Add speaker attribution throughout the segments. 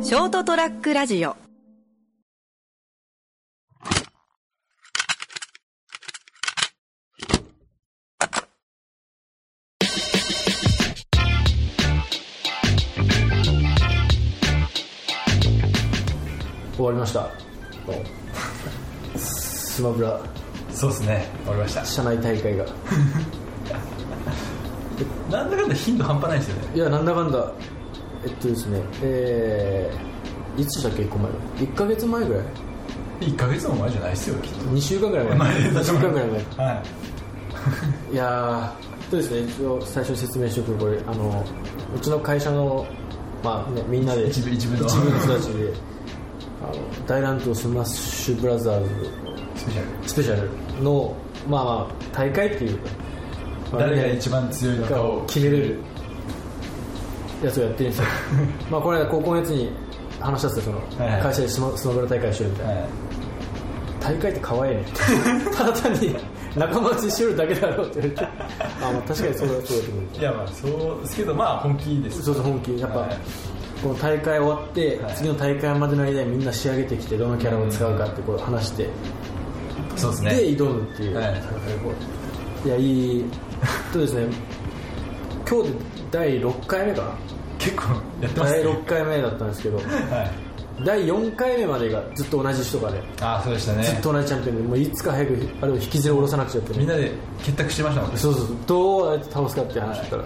Speaker 1: ショートトラックラジオ
Speaker 2: 終わりましたスマブラ
Speaker 3: そうですね終わりました
Speaker 2: 社内大会が
Speaker 3: なんだかんだ頻度半端ないですよね
Speaker 2: いやなんだかんだえっとですねえー、いつでしたっけ1個前1ヶ月前ぐらい
Speaker 3: 1ヶ月も前じゃないですよきっ
Speaker 2: 2週間ぐらい
Speaker 3: と
Speaker 2: 前2週間ぐらい前
Speaker 3: はい
Speaker 2: やーそうですね一応最初に説明しておくこれあのうちの会社のまあねみんなで
Speaker 3: 一部一部の
Speaker 2: 人たちであの大乱闘スマッシュブラザーズ
Speaker 3: いスペシャル
Speaker 2: スペシャルのまあまあ大会っていうかまあ
Speaker 3: 誰が一番強いのか
Speaker 2: を
Speaker 3: を
Speaker 2: 決めれるやつをやってるん ですよまあこの間高校のやつに話したんですよその
Speaker 3: はいはい
Speaker 2: 会社でスマスマブラ大会してるみたいな、
Speaker 3: は
Speaker 2: 大会って可愛いねって ただ単に仲間内しよるだけだろうって言われて あまあ確かにそうだそうだと思う
Speaker 3: いいやまあそうですけどまあ本気です
Speaker 2: そうそう本気やっぱ、
Speaker 3: はい
Speaker 2: この大会終わって、
Speaker 3: はい
Speaker 2: 次の大会までの間にみんな仕上げてきてどのキャラを使うかってこう話して、
Speaker 3: そうです
Speaker 2: で
Speaker 3: ね
Speaker 2: 挑むっていう、
Speaker 3: はい
Speaker 2: なんかこういやいいとですね今日で第6回目かな
Speaker 3: 結構やってます
Speaker 2: 第
Speaker 3: ね
Speaker 2: 6回目だったんですけど
Speaker 3: はい
Speaker 2: 第4回目までがずっと同じ人がね
Speaker 3: ああそうでした
Speaker 2: ずっ
Speaker 3: ね
Speaker 2: と同じチャンピオンでもういつか早くあれを引きずり下ろさなくちゃってね
Speaker 3: みんなで結託してましたもんね
Speaker 2: そうそうそうどうやって倒すかって話だったら、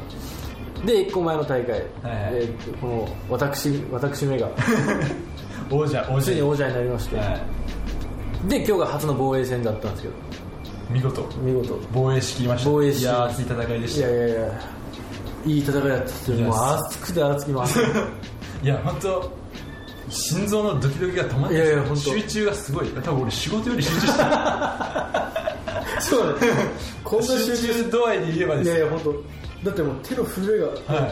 Speaker 2: で1個前の大会、えーこの私私めが
Speaker 3: 王者王
Speaker 2: つ
Speaker 3: 者
Speaker 2: いに王者になりまして、
Speaker 3: は
Speaker 2: で今日が初の防衛戦だったんですけど
Speaker 3: い見事
Speaker 2: 見事
Speaker 3: 防衛しきりました
Speaker 2: 防衛し
Speaker 3: いやー熱い戦いで
Speaker 2: い
Speaker 3: した
Speaker 2: やいやいやいい戦いだったですよ
Speaker 3: いや
Speaker 2: もう熱くて熱くてもう熱くて
Speaker 3: いや本当心臓のドキドキが止まって
Speaker 2: いやいや本当
Speaker 3: 集中がすごい多分俺仕事より集中し てる
Speaker 2: そうだね こんな集
Speaker 3: 集
Speaker 2: 中
Speaker 3: 中度合いに言えばで
Speaker 2: い
Speaker 3: す
Speaker 2: や
Speaker 3: ね
Speaker 2: いや本当だってもう手の震えが
Speaker 3: は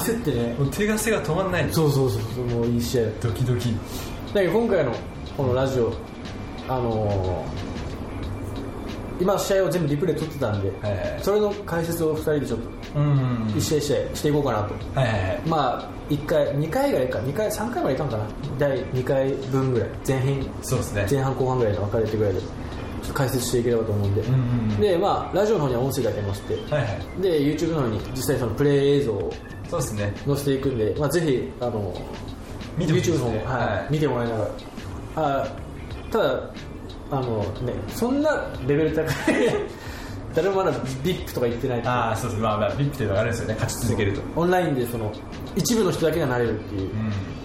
Speaker 2: 焦ってね
Speaker 3: いもう手が汗が止まんない
Speaker 2: そうそうそうそうもういい試合だった
Speaker 3: ドキドキ
Speaker 2: だけど今回のこのラジオあのー今試合を全部リプレイ撮ってたんで、
Speaker 3: はいはい
Speaker 2: それの解説を2人でちょっと
Speaker 3: うん
Speaker 2: 一試合一試合していこうかなと、
Speaker 3: はいはいはい
Speaker 2: まあ1回2回ぐらいか2回3回までいかんかな第2回分ぐらい前編
Speaker 3: そうですね
Speaker 2: 前半後半ぐらいに分かれてぐらいでちょっと解説していければと思うんで、
Speaker 3: うんうんうん
Speaker 2: でまあラジオの方には音声が出まして、
Speaker 3: はいはい
Speaker 2: で YouTube の方に実際そのプレイ映像を
Speaker 3: そうですね
Speaker 2: 載せていくんで、まあ、ぜひあの
Speaker 3: 見てほしい
Speaker 2: YouTube
Speaker 3: です
Speaker 2: の
Speaker 3: ね
Speaker 2: 方も、はい
Speaker 3: はい
Speaker 2: 見てもらいながらあただあの、ね、そんなレベル高い 誰もまだ VIP とか言ってない
Speaker 3: ああそうですまあまあビップっていうのがあるんですよね勝ち続けると
Speaker 2: オンラインでその一部の人だけがなれるっていう、
Speaker 3: うん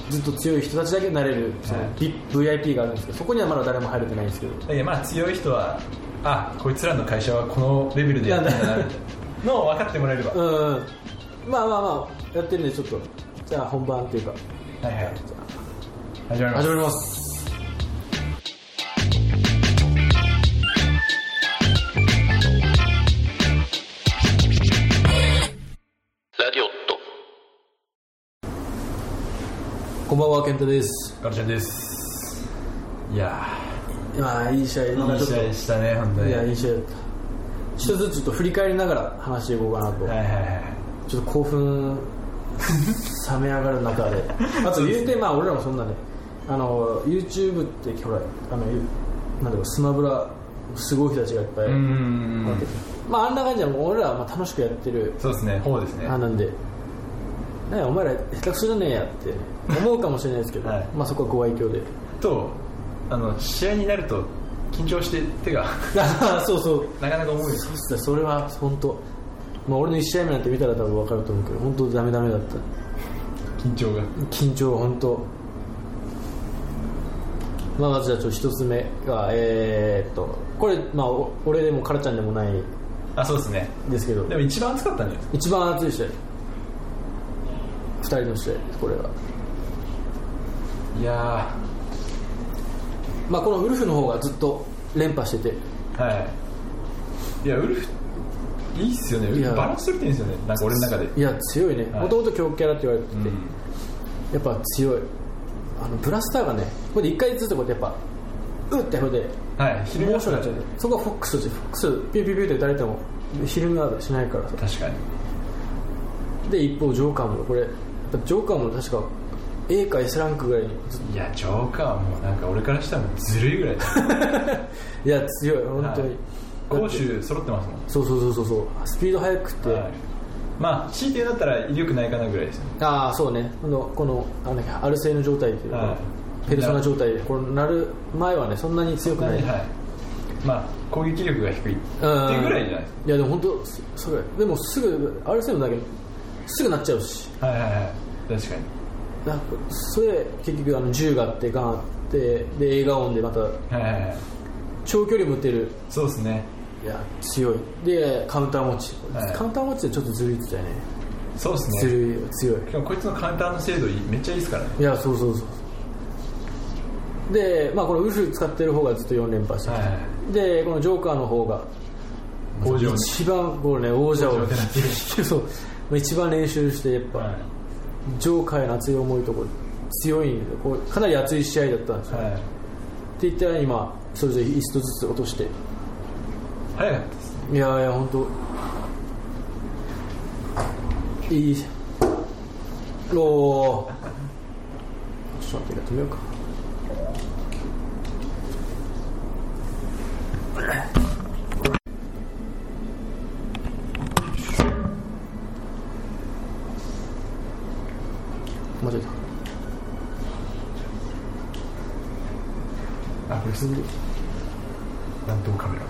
Speaker 2: ずっと強い人たちだけなれるその、
Speaker 3: はい
Speaker 2: VIP VIP があるんですけどそこにはまだ誰も入れてないんですけど
Speaker 3: だけどまあ強い人はあこいつらの会社はこのレベルでやってんだなみたいなのを分かってもらえれば
Speaker 2: う
Speaker 3: は
Speaker 2: んうんまあまあまあやってるんでちょっとじゃあ本番っていうか
Speaker 3: いはい始まります
Speaker 2: 始まります
Speaker 4: ラディオット
Speaker 2: こんばんは健太です
Speaker 3: ガルちゃんですいや
Speaker 2: いやーいい試合
Speaker 3: ー
Speaker 2: なん
Speaker 3: い
Speaker 2: かちょ
Speaker 3: い試
Speaker 2: っと
Speaker 3: 合したね本当
Speaker 2: い
Speaker 3: に
Speaker 2: や、
Speaker 3: はいい
Speaker 2: い試合だった。一つずつちょっと振り返りながら話していこうかなと。
Speaker 3: はいはい
Speaker 2: ちょっと興奮、冷め上がる中 で。あと言うて、まあ俺らもそんなね、あの、YouTube ってほら、あの、ゆなんだろう、スマブラ、すごい人たちがいっぱい。
Speaker 3: うーん
Speaker 2: まああんな感じはもう俺らはまあ楽しくやってる
Speaker 3: そうですね方ですね
Speaker 2: あなんで、ね、お前ら下手くそじゃねえやって思うかもしれないですけど、
Speaker 3: はい
Speaker 2: まあそこはご愛嬌で。
Speaker 3: とあの試合になると緊張して手が
Speaker 2: そうそう。
Speaker 3: なかなか重いです
Speaker 2: そうっすねそれは本当、まあ、俺の1試合目なんて見たら多分分かると思うけど本当ダメダメだった
Speaker 3: 緊張が
Speaker 2: 緊張は本当まあまずじゃあちょっと1つ目がえー、っとこれまあお俺でもカラちゃんでもない
Speaker 3: あそうですね
Speaker 2: ですけど
Speaker 3: でも一番暑かったんじゃないです
Speaker 2: 一番熱い試合2人の試合ですこれが
Speaker 3: かいや
Speaker 2: まあこのウルフの方がずっと連覇してて
Speaker 3: ーはいいやウルフいいっすよねウ
Speaker 2: い
Speaker 3: ル
Speaker 2: や
Speaker 3: フバランス取れてるんですよねなんか俺の中で
Speaker 2: いや強いね
Speaker 3: はい
Speaker 2: もともと強キャラって言われてて、
Speaker 3: うん
Speaker 2: やっぱ強いあのブラスターがねこれで1回ずつこうやってやっぱうってこれで
Speaker 3: はい
Speaker 2: ひるみがしなっちゃうねそこはフォックスでフォックスピューピューピューって打たれてもひるみはしないからさ
Speaker 3: 確かに
Speaker 2: で一方ジョーカーもこれやっぱジョーカーも確か A か S ランクぐらいにずっ
Speaker 3: いやジョーカーはもうなんか俺からしたらもうずるい ぐらい
Speaker 2: と いや強い本当に、
Speaker 3: はい攻守揃ってますもん
Speaker 2: そうそうそうそうそうスピード速くて、
Speaker 3: はいまあ C 点だったら威力ないかなぐらいですよね
Speaker 2: ああそうねこのこのあのアルセーヌ状態っていうか、
Speaker 3: は
Speaker 2: ペルソナ状態これなる前はねそんなに強く
Speaker 3: な
Speaker 2: ないい
Speaker 3: はいまあ攻撃力が低いって
Speaker 2: うん
Speaker 3: いうぐらいじゃないです
Speaker 2: いやでも本当そそれでもすぐアルセーヌだけすぐなっちゃうし
Speaker 3: かはいはいはい確かに
Speaker 2: なんかそれ結局あの銃があってガンあってで映画音でまた
Speaker 3: はいはいはい
Speaker 2: 長距離も打てる
Speaker 3: そうですね
Speaker 2: いや強いでカウンター持ち、
Speaker 3: はい
Speaker 2: カウンター持ちでちょっとずるいって言ったよね
Speaker 3: そうですね
Speaker 2: ずるいよ強い
Speaker 3: しかもこいつのカウンターの精度いいめっちゃいいですからね
Speaker 2: いやそうそうそうでまあこのウルフ使ってる方がずっと4連覇してき
Speaker 3: はい
Speaker 2: て、
Speaker 3: はいはい
Speaker 2: でこのジョーカーの方が
Speaker 3: 工場に
Speaker 2: 一番こうね王者
Speaker 3: 王者
Speaker 2: を
Speaker 3: を狙って
Speaker 2: そうまあ一番練習してやっぱ、
Speaker 3: は
Speaker 2: ジョーカーへの熱い思いとこう強いんでこうかなり熱い試合だったんです
Speaker 3: い
Speaker 2: よ、
Speaker 3: はい
Speaker 2: って言ったら今それぞれ一度ずつ落として
Speaker 3: 早かったです
Speaker 2: いやいや本当いいおーちょっと待って止めようか間違えた
Speaker 3: あこれすぐ弾頭カメラ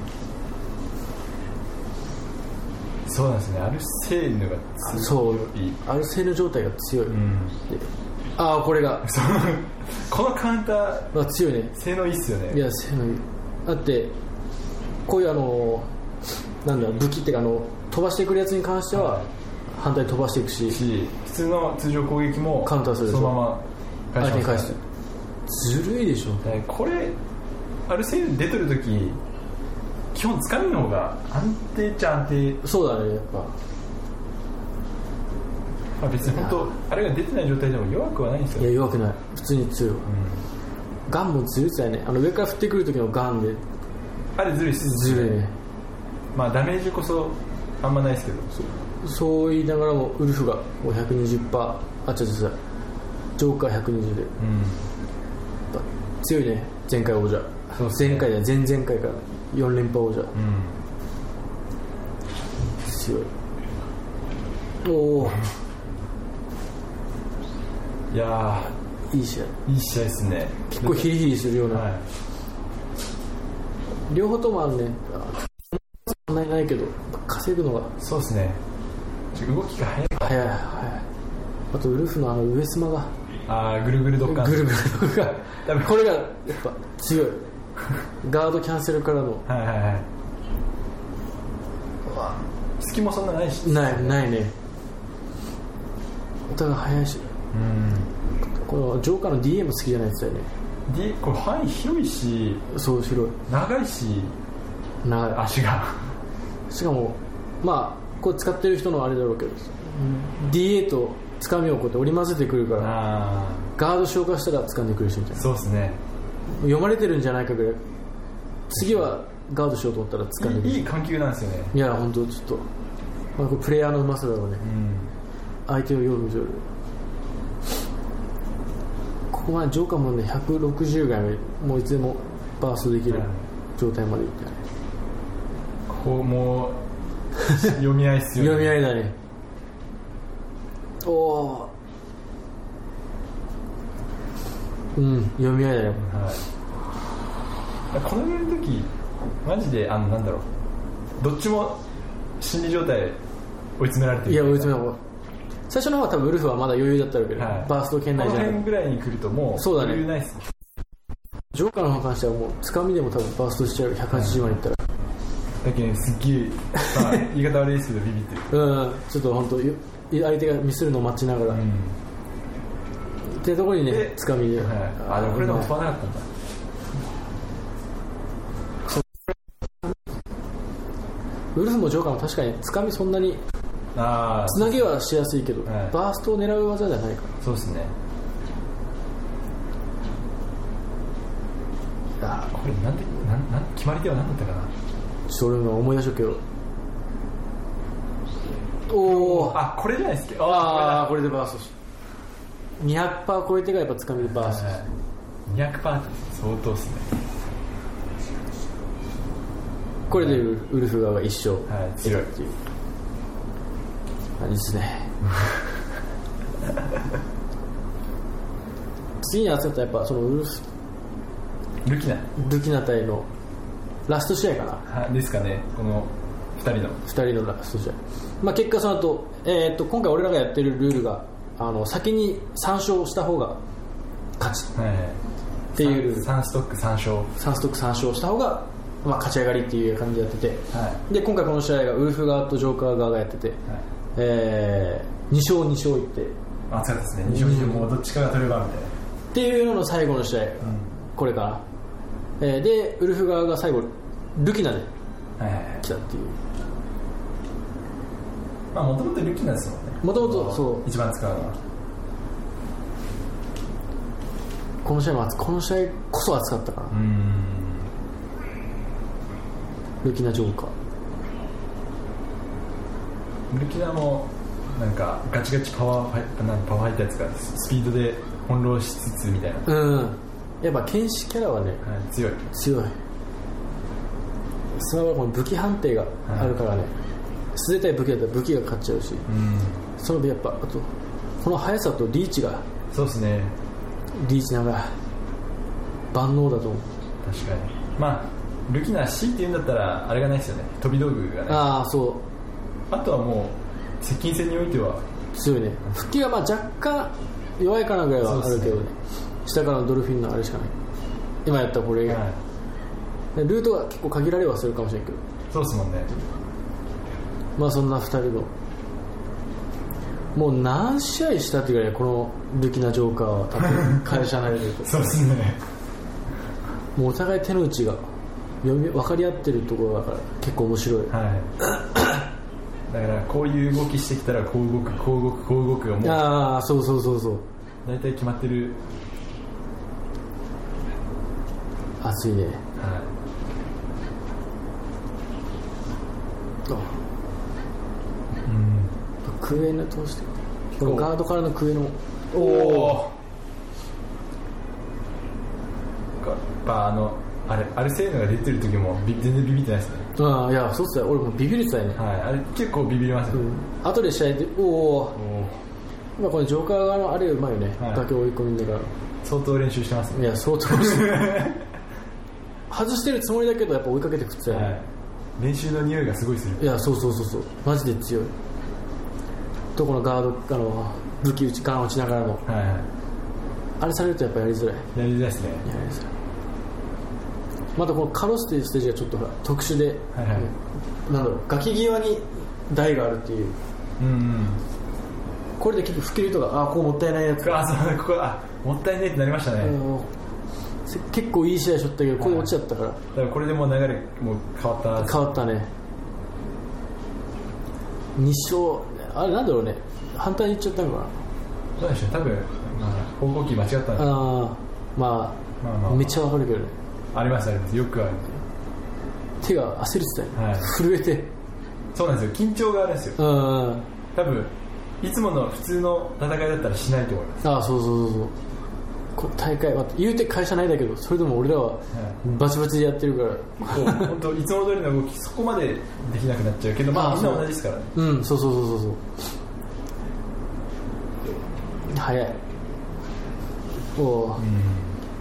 Speaker 3: そうなんですねアルセーヌが
Speaker 2: そう
Speaker 3: いい
Speaker 2: アルセーヌ状態が強い、
Speaker 3: うん
Speaker 2: ああこれ が、
Speaker 3: そのこのカウンター
Speaker 2: まあ、強いね
Speaker 3: 性能いいっすよね
Speaker 2: いやせのだってこういうあのなんだ武器っていうかあの飛ばしてくるやつに関しては反対に飛ばしていくし
Speaker 3: し普通の通常攻撃も
Speaker 2: カウンターするでしょ
Speaker 3: そのまま
Speaker 2: 相手
Speaker 3: 返
Speaker 2: に
Speaker 3: しま
Speaker 2: 返
Speaker 3: す
Speaker 2: す
Speaker 3: ね
Speaker 2: ずるいでしょ
Speaker 3: えーこれアルセーヌ出てる時基本掴みの方が安定っちゃ安定、
Speaker 2: そうだねやっぱ
Speaker 3: まあ、別に本当あれが出てない状態でも弱くはないんです
Speaker 2: いや
Speaker 3: よ、
Speaker 2: 弱くない普通に強いわ
Speaker 3: うん
Speaker 2: ガンもずるいっすよねあの上から振ってくる時のガンで
Speaker 3: あれずるいっす
Speaker 2: ずるいね
Speaker 3: まあダメージこそあんまないですけど
Speaker 2: そう言いながらもウルフがもう120パーあちゃちゃちゃジョーカー120でやっ
Speaker 3: うん
Speaker 2: ぱ強いね前回王者
Speaker 3: そうっすね
Speaker 2: 前回だよ前々回から4連覇王者
Speaker 3: うん
Speaker 2: 強いおお
Speaker 3: いや
Speaker 2: いい試合
Speaker 3: ーいい試合ですね
Speaker 2: 結構ヒリヒリするような、
Speaker 3: は
Speaker 2: 両方ともあるねあそんなにないけど稼ぐのが
Speaker 3: いそうですねちょ動きが速い
Speaker 2: 早い早いあとウルフのあの上スマが
Speaker 3: あーぐるぐるドッカン
Speaker 2: ぐるぐるとか
Speaker 3: 多分
Speaker 2: これがやっぱ強いガードキャンセルからの
Speaker 3: はいはいはい隙もそんなないし
Speaker 2: ないないねお互い速いし
Speaker 3: うん
Speaker 2: このジョーカーの DM 好きじゃないですよね
Speaker 3: D これ範囲広いし
Speaker 2: そう白い
Speaker 3: 長いし
Speaker 2: 長い
Speaker 3: 足が
Speaker 2: しかもまあこれ使ってる人のあれだろうけど、DA とつかみをこうやって織り交ぜてくるから
Speaker 3: あ
Speaker 2: ガード消化したら掴んでくるしみたい
Speaker 3: あ
Speaker 2: な
Speaker 3: そうですね
Speaker 2: 読まれてるんじゃないかぐらい次はガードしようと思ったら掴んでく
Speaker 3: い
Speaker 2: る
Speaker 3: いいい緩急なんですよね
Speaker 2: いや本当ちょっと、まあ、これプレイヤーのうまさだろうね
Speaker 3: うん
Speaker 2: 相手をよく見てるここまでジョーカーもね160ぐらいまでもういつでもバーストできる
Speaker 3: はい
Speaker 2: 状態までいってね
Speaker 3: ここもう読み合いっすよね
Speaker 2: 読み合いだねおおうん読み合いだね
Speaker 3: はい、このぐらいの時マジであのなんだろうどっちも心理状態追い詰められてる
Speaker 2: いや追い詰めよう最初の方は多分ウルフはまだ余裕だったろうけど、
Speaker 3: はい
Speaker 2: バースト圏
Speaker 3: こ
Speaker 2: 内
Speaker 3: の
Speaker 2: じゃな
Speaker 3: 辺
Speaker 2: い
Speaker 3: ぐらいに来るともう
Speaker 2: そうだね
Speaker 3: 余裕ないっす
Speaker 2: ジョーカーの方に関してはもうつかみでも多分バーストしちゃう180までいったら、
Speaker 3: だけどすっげえ、 まあ、言い方悪いですけどビビってる、
Speaker 2: うんちょっと本当よ相手がミスるのを待ちながら、
Speaker 3: う
Speaker 2: っ
Speaker 3: ん
Speaker 2: てところにね
Speaker 3: で
Speaker 2: つかみで、
Speaker 3: はい、あでもこれでも飛ばなかったんだ
Speaker 2: ウルフもジョーカーも確かにつかみそんなに
Speaker 3: ああ
Speaker 2: つなげはしやすいけど、
Speaker 3: はい
Speaker 2: バーストを狙う技じゃないか
Speaker 3: そうですね
Speaker 2: らいや
Speaker 3: これなんでなんなん決まり手は何だったかな
Speaker 2: ちょっと俺も思い出しとくけどおお
Speaker 3: あこれじゃないっすけど
Speaker 2: ああこれでバーストし200%超えてがやっぱ掴めるバース
Speaker 3: 200%って相当っすね
Speaker 2: これでウルフ側が一勝
Speaker 3: はい
Speaker 2: 得
Speaker 3: 強
Speaker 2: た
Speaker 3: い
Speaker 2: っていう感じです ね次に焦ったやっぱそのウルフ
Speaker 3: ルキナ
Speaker 2: ルキナ対のラスト試合かな
Speaker 3: はですかねこの2人の
Speaker 2: 2人のラスト試合、まあ、結果その後、えーっと今回俺らがやってるルールがあの先に3勝した方が勝ち
Speaker 3: はいはい
Speaker 2: っていうルール
Speaker 3: サンストック3勝は
Speaker 2: 3ストック3勝した方が、まあ、勝ち上がりっていう感じでやってて
Speaker 3: い、は
Speaker 2: で今回この試合がウルフ側とジョーカー側がやってて、
Speaker 3: い
Speaker 2: えー、2勝2勝いってっ
Speaker 3: あそうですね2勝2勝もうどっちかが取ればみたいな
Speaker 2: ていうのの最後の試合、これかな、えーでウルフ側が最後ルキナで
Speaker 3: はいはいはい
Speaker 2: 来たっていう
Speaker 3: まあもともとルキナですもんね
Speaker 2: 元々そう
Speaker 3: 一番使うのは
Speaker 2: この試合も熱この試合こそ熱かったかな
Speaker 3: うーん
Speaker 2: ルキナジョーカー
Speaker 3: ルキナもなんかガチガチパワーファイなんかパワーファイターですかスピードで翻弄しつつみたいな、
Speaker 2: うんやっぱ剣士キャラはね
Speaker 3: はい、強い
Speaker 2: 強いスマブラこの武器判定があるからね、素手対武器だったら武器が勝っちゃうし
Speaker 3: うん
Speaker 2: その分やっぱあとこの速さとリーチが
Speaker 3: そうですね
Speaker 2: リーチ長い万能だと思う
Speaker 3: 確かにまあルキナ C って言うんだったらあれがないですよね飛び道具がない
Speaker 2: ああそ
Speaker 3: あとはもう接近戦においては
Speaker 2: う強いね復帰がまあ若干弱いかなぐらいはあるけど
Speaker 3: そう
Speaker 2: ね
Speaker 3: っ
Speaker 2: 下からのドルフィンのあれしかない今やったこれ以外、
Speaker 3: はい
Speaker 2: ルートが結構限られはするかもしれんけど
Speaker 3: そうですもんね
Speaker 2: まあそんな2人のもう何試合したっていうぐらいこのルキナジョーカーは多分会社 内で言うと
Speaker 3: そうですね
Speaker 2: もうお互い手の内が読み分かり合ってるところだから結構面白い
Speaker 3: はいだからこういう動きしてきたらこう動くこう動くこう動くがもう
Speaker 2: ああそうそうそうそう
Speaker 3: 大体決まってる、
Speaker 2: 熱いね
Speaker 3: は
Speaker 2: あ
Speaker 3: い、うん
Speaker 2: クエネ通してこのガードからのクエの
Speaker 3: おおやっぱあのあれあれせーのが出てる時もび全然ビビってないですね
Speaker 2: ああいやそうっすね俺もうビビるつだよね、
Speaker 3: はいあれ結構ビビります
Speaker 2: う
Speaker 3: ね、
Speaker 2: ん、後で試合でおお
Speaker 3: おお
Speaker 2: まあこのジョーカー側のあれうまいよね、
Speaker 3: はい
Speaker 2: だけ追い込みながら
Speaker 3: 相当練習してます
Speaker 2: い
Speaker 3: ね
Speaker 2: や相当面 白い外してるつもりだけどやっぱ追いかけてくっつやね、
Speaker 3: はい練習の匂いがすごいする
Speaker 2: い、やそうそうそうそうマジで強いとこのガードあの武器打ちから打ちながらの
Speaker 3: はいは
Speaker 2: あれされるとやっぱやりづらい
Speaker 3: いやりづらいですね
Speaker 2: やりづらいまたこのカロスっていうステージがちょっとほら特殊で、
Speaker 3: はいはい
Speaker 2: なんだろうガキ際に台があるっていう
Speaker 3: うんうん
Speaker 2: これで結構吹きる人がああこうもったいないやつ
Speaker 3: あそうここあもったいねえってなりましたね、
Speaker 2: あのせ結構いい試合しとったけどこれ落ちちゃったから、
Speaker 3: だからこれでもう流れもう変わったな
Speaker 2: 変わったね2勝あれなんだろうね反対に言っちゃったのかな
Speaker 3: そうでしょう多分、まあ、方向キー間違ったんで
Speaker 2: あーまあ、
Speaker 3: まあまあ
Speaker 2: めっちゃわかるけどね
Speaker 3: ありますありますよくある
Speaker 2: 手が焦れてたよ、
Speaker 3: はい
Speaker 2: 震えて
Speaker 3: そうなんですよ緊張があるんですよ
Speaker 2: うん
Speaker 3: 多分いつもの普通の戦いだったらしないと思います
Speaker 2: ああそうそうそうそうこ大会、まあ、言うて会社ないだけどそれでも俺らはバチバチでやってるから、
Speaker 3: こう本当いつも通りの動きそこまでできなくなっちゃうけどま
Speaker 2: あ
Speaker 3: あ
Speaker 2: あ
Speaker 3: みんな
Speaker 2: そう
Speaker 3: 同じですからね
Speaker 2: うんそうそうそうそうそう早いおお、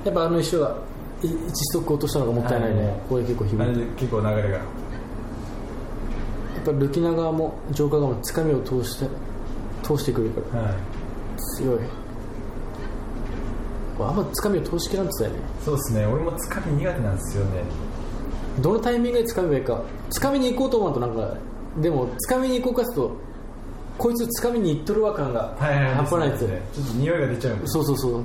Speaker 2: やっぱあの石がい1ストック落としたのがもったいないね、
Speaker 3: はい
Speaker 2: これ結構ひび
Speaker 3: あ
Speaker 2: や
Speaker 3: れで結構流れが
Speaker 2: っぱルキナ側もジョーカー側もつかみを通して通してくるから
Speaker 3: はい
Speaker 2: 強いあんまつかみを通しきらんってたよね
Speaker 3: そうですね俺もつかみ苦手なんですよね
Speaker 2: どのタイミングでつかめばいいかつかみに行こうと思うとなんかでもつかみに行こうかするとこいつつかみに行っとるわ感が
Speaker 3: はいはい
Speaker 2: 半端ないっ
Speaker 3: で
Speaker 2: つ
Speaker 3: す
Speaker 2: よ
Speaker 3: ね
Speaker 2: ね
Speaker 3: ちょっと匂いが出ちゃうんです
Speaker 2: そうそうそう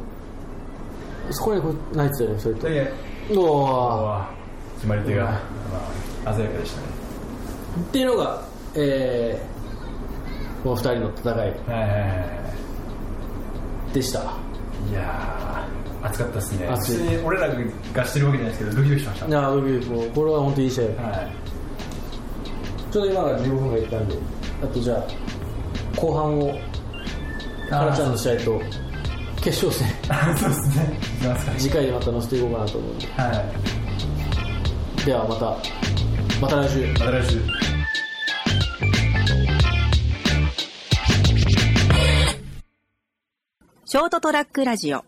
Speaker 2: そこにこうないっつよねそれと
Speaker 3: だけど
Speaker 2: おー
Speaker 3: あー決まり手が、
Speaker 2: うん
Speaker 3: まあ、鮮やかでしたね
Speaker 2: っていうのがえーこの2人の戦い
Speaker 3: はいはいはいはい
Speaker 2: でした
Speaker 3: いやー暑かったですね
Speaker 2: 暑い
Speaker 3: 普通に俺らがしてるわけじゃないですけどドキドキしました
Speaker 2: いやドキドキもうこれは本当にいい試合
Speaker 3: はい
Speaker 2: ちょうど今が15分がいったんであとじゃあ後半をカラちゃんの試合と決勝戦
Speaker 3: そうですねいきますか
Speaker 2: 次回でまた載せていこうかなと思うんで
Speaker 3: はい
Speaker 2: ではまたまた来週
Speaker 3: また来週
Speaker 1: ショートトラックラジオ